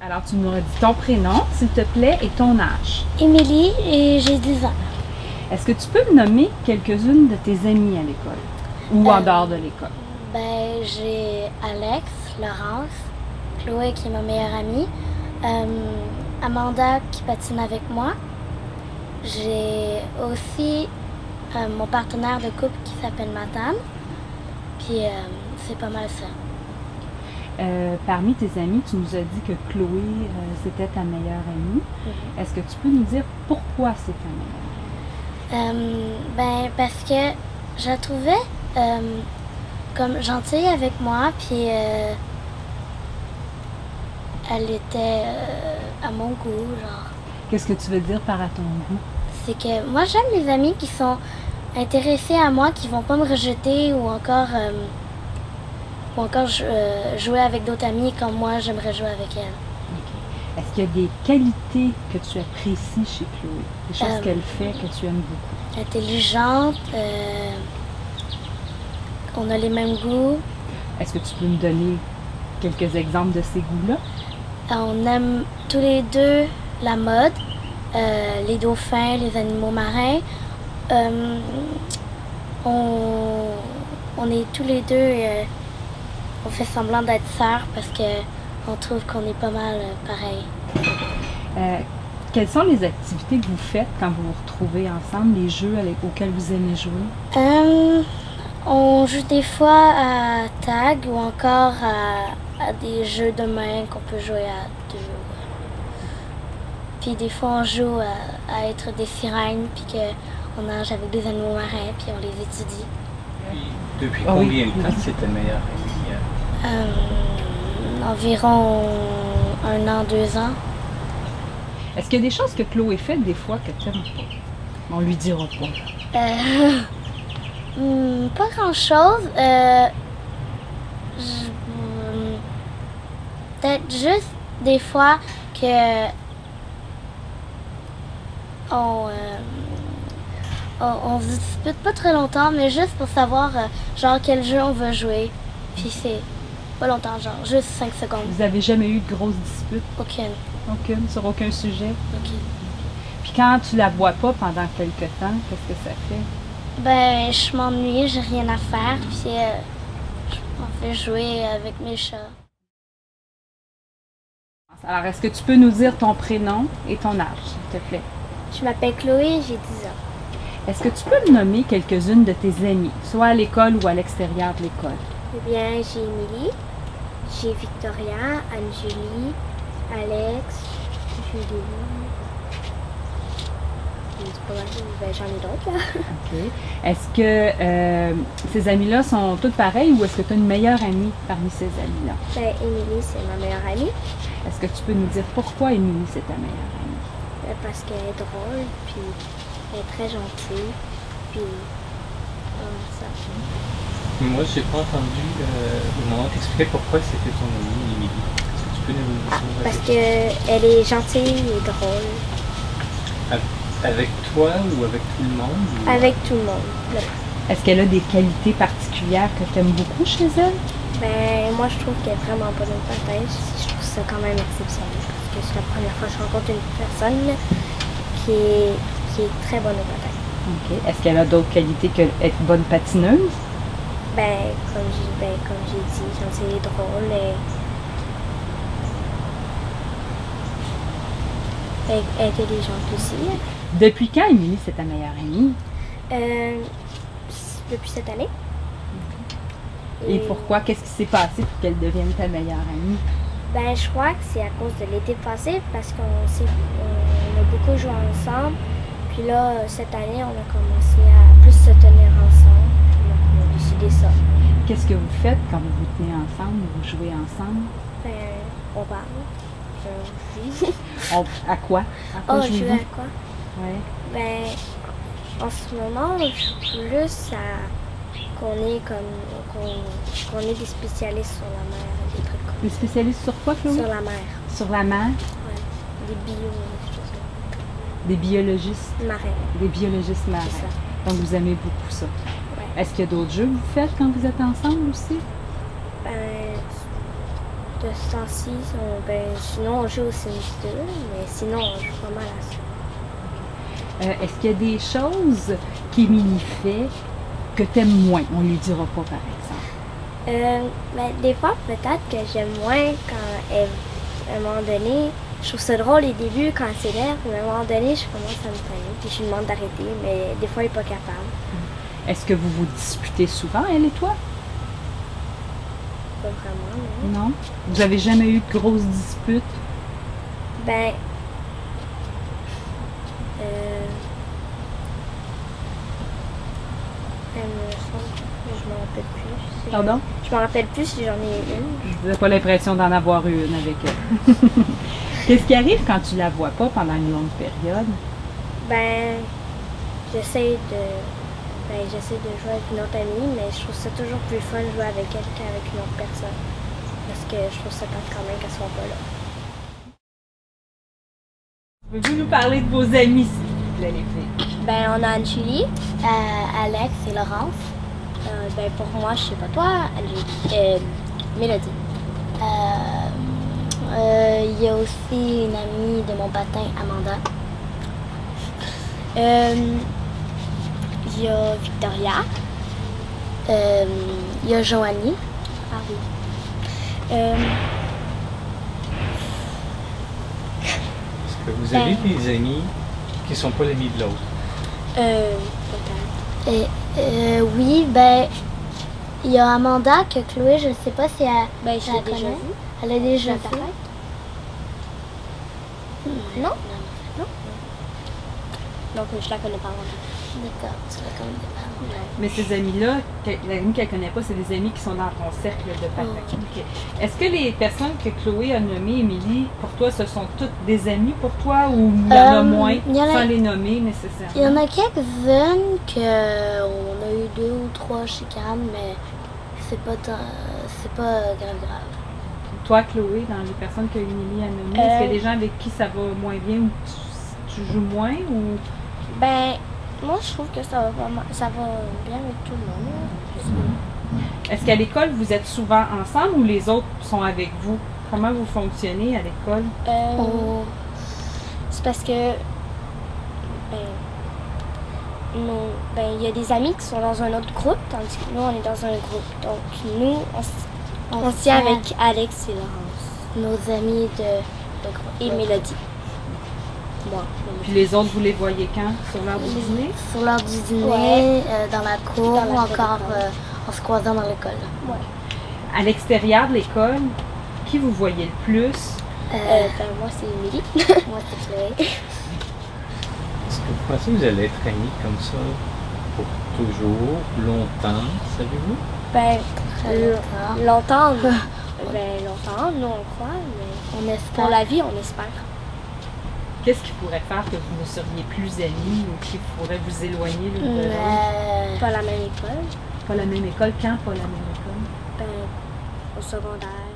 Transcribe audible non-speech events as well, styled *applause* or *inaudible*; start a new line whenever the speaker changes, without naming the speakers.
Alors, tu nous redis ton prénom, s'il te plaît, et ton âge.
Émilie et j'ai 10 ans.
Est-ce que tu peux me nommer quelques-unes de tes amies à l'école ou en
Euh,
dehors de l'école?
Ben, j'ai Alex, Laurence, Chloé qui est ma meilleure amie, euh, Amanda qui patine avec moi. J'ai aussi euh, mon partenaire de couple qui s'appelle Matane. Puis euh, c'est pas mal ça.
Euh, parmi tes amies, tu nous as dit que Chloé, euh, c'était ta meilleure amie.
Mhm.
Est-ce que tu peux nous dire pourquoi c'est ta meilleure
Euh, ben, parce que je la trouvais euh, comme gentille avec moi, puis euh, elle était euh, à mon goût, genre.
amie? Qu'est-ce que tu veux dire par à ton goût?
C'est que moi, j'aime les amis qui sont intéressés à moi, qui vont pas me rejeter ou encore, euh, ou encore je- euh, jouer avec d'autres amis quand moi, j'aimerais jouer avec elle.
Est-ce qu'il y a des qualités que tu apprécies chez Chloé? Des choses
Euh,
qu'elle fait que tu aimes beaucoup?
Intelligente, euh, on a les mêmes goûts,
Est-ce que tu peux me donner quelques exemples de ces goûts-là?
Euh, On aime tous les deux la mode, euh, les dauphins, les animaux marins. Euh, on, on est tous les deux, euh, on fait semblant d'être sœurs parce que on trouve qu'on est pas mal euh, pareil.
Euh, quelles sont les activités que vous faites quand vous vous retrouvez ensemble, les jeux avec- auxquels vous aimez jouer?
Euh, on joue des fois à tag ou encore à, à des jeux de main qu'on peut jouer à deux. Puis des fois on joue à, à être des sirènes puis que on nage avec des animaux marins puis on les étudie.
Depuis
Ah oui.
combien de temps c'était le meilleur ami euh,
Euh, environ un an, deux ans.
Est-ce qu'il y a des choses que Chloé fait des fois que tu n'aimes pas? On lui dira pas.
Euh, *laughs* hmm, pas grand chose. Euh, je- hmm, Peut-être juste des fois que on, euh, on, on se dispute pas très longtemps, mais juste pour savoir euh, genre quel jeu on veut jouer. Puis c'est pas longtemps, genre juste 5 secondes.
Vous avez jamais eu de grosses disputes,
Aucune.
aucune, sur aucun sujet?
Ok.
Puis quand tu la vois pas pendant quelque temps, qu'est-ce que ça fait?
Ben, je m'ennuie, j'ai rien à faire, puis euh, je m'en vais jouer avec mes chats.
Alors, est-ce que tu peux nous dire ton prénom et ton âge, s'il te plaît?
Je m'appelle Chloé, j'ai 10 ans.
Est-ce que tu peux me nommer quelques-unes de tes amies, soit à l'école ou à l'extérieur de l'école?
Eh bien, j'ai Émilie, j'ai Victoria, Anne-Julie, Alex, Julie. C'est pas mal, ben, J'en ai d'autres, là.
OK. Est-ce que euh, ces amies-là sont toutes pareilles ou est-ce que tu as une meilleure amie parmi ces amies-là?
Ben, Émilie, c'est ma meilleure amie,
Est-ce que tu peux nous dire pourquoi Émilie, c'est ta meilleure amie?
ben, parce qu'elle est drôle, puis elle est très gentille, puis... euh, ça.
Moi, j'ai pas entendu euh, au moment t'expliquer pourquoi c'était ton ami Émilie. Est-ce que tu peux nous nous-
Parce que elle est gentille et drôle.
Avec toi ou avec tout le monde ou-
Avec tout le monde. là.
Est-ce qu'elle a des qualités particulières que tu aimes beaucoup chez elle?
Ben, moi, je trouve qu'elle est vraiment bonne une patente. Je trouve ça quand même exceptionnel. Parce que c'est la première fois que je rencontre une personne qui est, qui est très bonne au patin.
OK. Est-ce qu'elle a d'autres qualités que être bonne patineuse?
Ben, comme j'ai ben, comme j'ai dit, gentille et drôle. Et... Ben, intelligente aussi.
Depuis quand Émilie, c'est ta meilleure amie?
Euh, depuis cette année.
Et
Euh.
pourquoi? Qu'est-ce qui s'est passé pour qu'elle devienne ta meilleure amie?
Ben, je crois que c'est à cause de l'été passé parce qu'on s'est- on a beaucoup joué ensemble. Puis là, euh, cette année, on a commencé à plus se tenir ensemble. Puis là, on a décidé ça.
Qu'est-ce que vous faites quand vous vous tenez ensemble, vous jouez ensemble?
Ben, on parle. Je joue.
On- à quoi? À quoi
*laughs* Oh,
jouez-vous?
jouer à quoi?
Ouais.
Ben, en ce moment, je joue plus à qu'on est comme qu'on qu'on est des spécialistes sur la mer, des trucs comme
Des spécialistes sur quoi, Chloé?
sur la mer,
Sur la mer?
des bio, des choses comme
Des biologistes,
ça. Marais,
des biologistes marins.
c'est ça.
Donc vous aimez beaucoup ça. Est-ce qu'il y a d'autres jeux que vous faites quand vous êtes ensemble aussi?
Ben, Euh, de ce temps-ci, on- ben, sinon on joue au Sims 2, mais sinon on joue pas mal à ça.
Euh, Est-ce qu'il y a des choses qu'Émilie fait que t'aimes moins? On lui dira pas, par exemple.
Euh, ben, des fois, peut-être que j'aime moins quand elle, à un moment donné, je trouve ça drôle au début quand elle s'énerve, mais à un moment donné, je commence à me tanner, puis je lui demande d'arrêter, mais des fois, elle n'est pas capable.
Est-ce que vous vous disputez souvent, elle et toi?
Pas vraiment, non.
Non? Vous avez jamais eu de grosses disputes?
Ben. Euh. Elle ben, me semble que je m'en rappelle plus. si-
Pardon?
Je m'en rappelle plus si j'en ai une.
Je n'ai pas l'impression d'en avoir eu une avec elle. *laughs* Qu'est-ce qui arrive quand tu la vois pas pendant une longue période?
Ben, j'essaie de. Ben, j'essaie de jouer avec une autre amie, mais je trouve ça toujours plus fun de jouer avec elle qu'avec une autre personne. Parce que je trouve ça plate quand même qu'elle soit pas là.
Pouvez-vous nous parler de vos amis, s'il vous plaît, les filles?
Ben, on a Anne-Julie, euh, Alex et Laurence. ben, pour moi, je sais pas toi, euh, Mélodie. Il Euh, y a aussi une amie de mon patin, Amanda. Euh, Il y a Victoria. Euh, Il y a Joanie. Ah oui. Euh,
Est-ce que vous avez
Ben.
des amis qui ne sont pas l'ami de l'autre?
Euh, Et, euh, oui, ben, il y a Amanda que Chloé, je ne sais pas si elle,
Ben, je
la
l'ai déjà
connaît.
vue.
elle a déjà
Je
fait.
t'arrête?
Hmm, Non?
Donc, je la connais pas vraiment.
D'accord, tu la connais pas.
Mais ces amis-là, que- l'amis qu'elle connaît pas, c'est des amis qui sont dans ton cercle de
Ah.
patin. Ok. Est-ce que les personnes que Chloé a nommées, Émilie, pour toi, ce sont toutes des amis pour toi ou il y en a
Euh,
moins,
il y en a-
sans les nommer
Il y
nécessairement?
en a quelques-unes que on a eu deux ou trois chicanes, mais c'est pas tant- c'est pas grave grave.
Toi, Chloé, dans les personnes que Émilie a nommées, est-ce
Euh.
qu'il y a des gens avec qui ça va moins bien ou tu, tu joues moins ou
Ben, moi, je trouve que ça va, vraiment, ça va bien avec tout le monde.
Est-ce qu'à l'école, vous êtes souvent ensemble ou les autres sont avec vous? Comment vous fonctionnez à l'école?
Euh,
On-
C'est parce que. Ben, nous- ben, il y a des amis qui sont dans un autre groupe, tandis que nous, on est dans un groupe. Donc, nous, on, s- on se tient avec Alex et Laurence.
nos amis de
Et Mélodie. Moi.
Puis les autres, vous les voyez quand? Sur l'heure du
Les-
dîner?
sur l'heure du dîner,
Ouais.
euh, dans la cour
Dans la
ou
cour
encore
d'école.
euh, en se croisant dans l'école.
À l'extérieur de l'école, qui vous voyez le plus?
Euh,
Euh,
ben, moi, c'est Émilie.
moi c'est Chloé.
Est-ce que vous pensez que vous allez être amis comme ça pour toujours, longtemps, savez-vous?
Ben,
Très longtemps.
longtemps.
*laughs*
ben, longtemps, nous, on croit, mais
On espère.
pour la vie, on espère.
Qu'est-ce qui pourrait faire que vous ne seriez plus amis ou qui pourrait vous éloigner l'une de l'autre?
Euh,
Pas la même école.
Pas la même école, quand pas la même école?
Ben, au secondaire,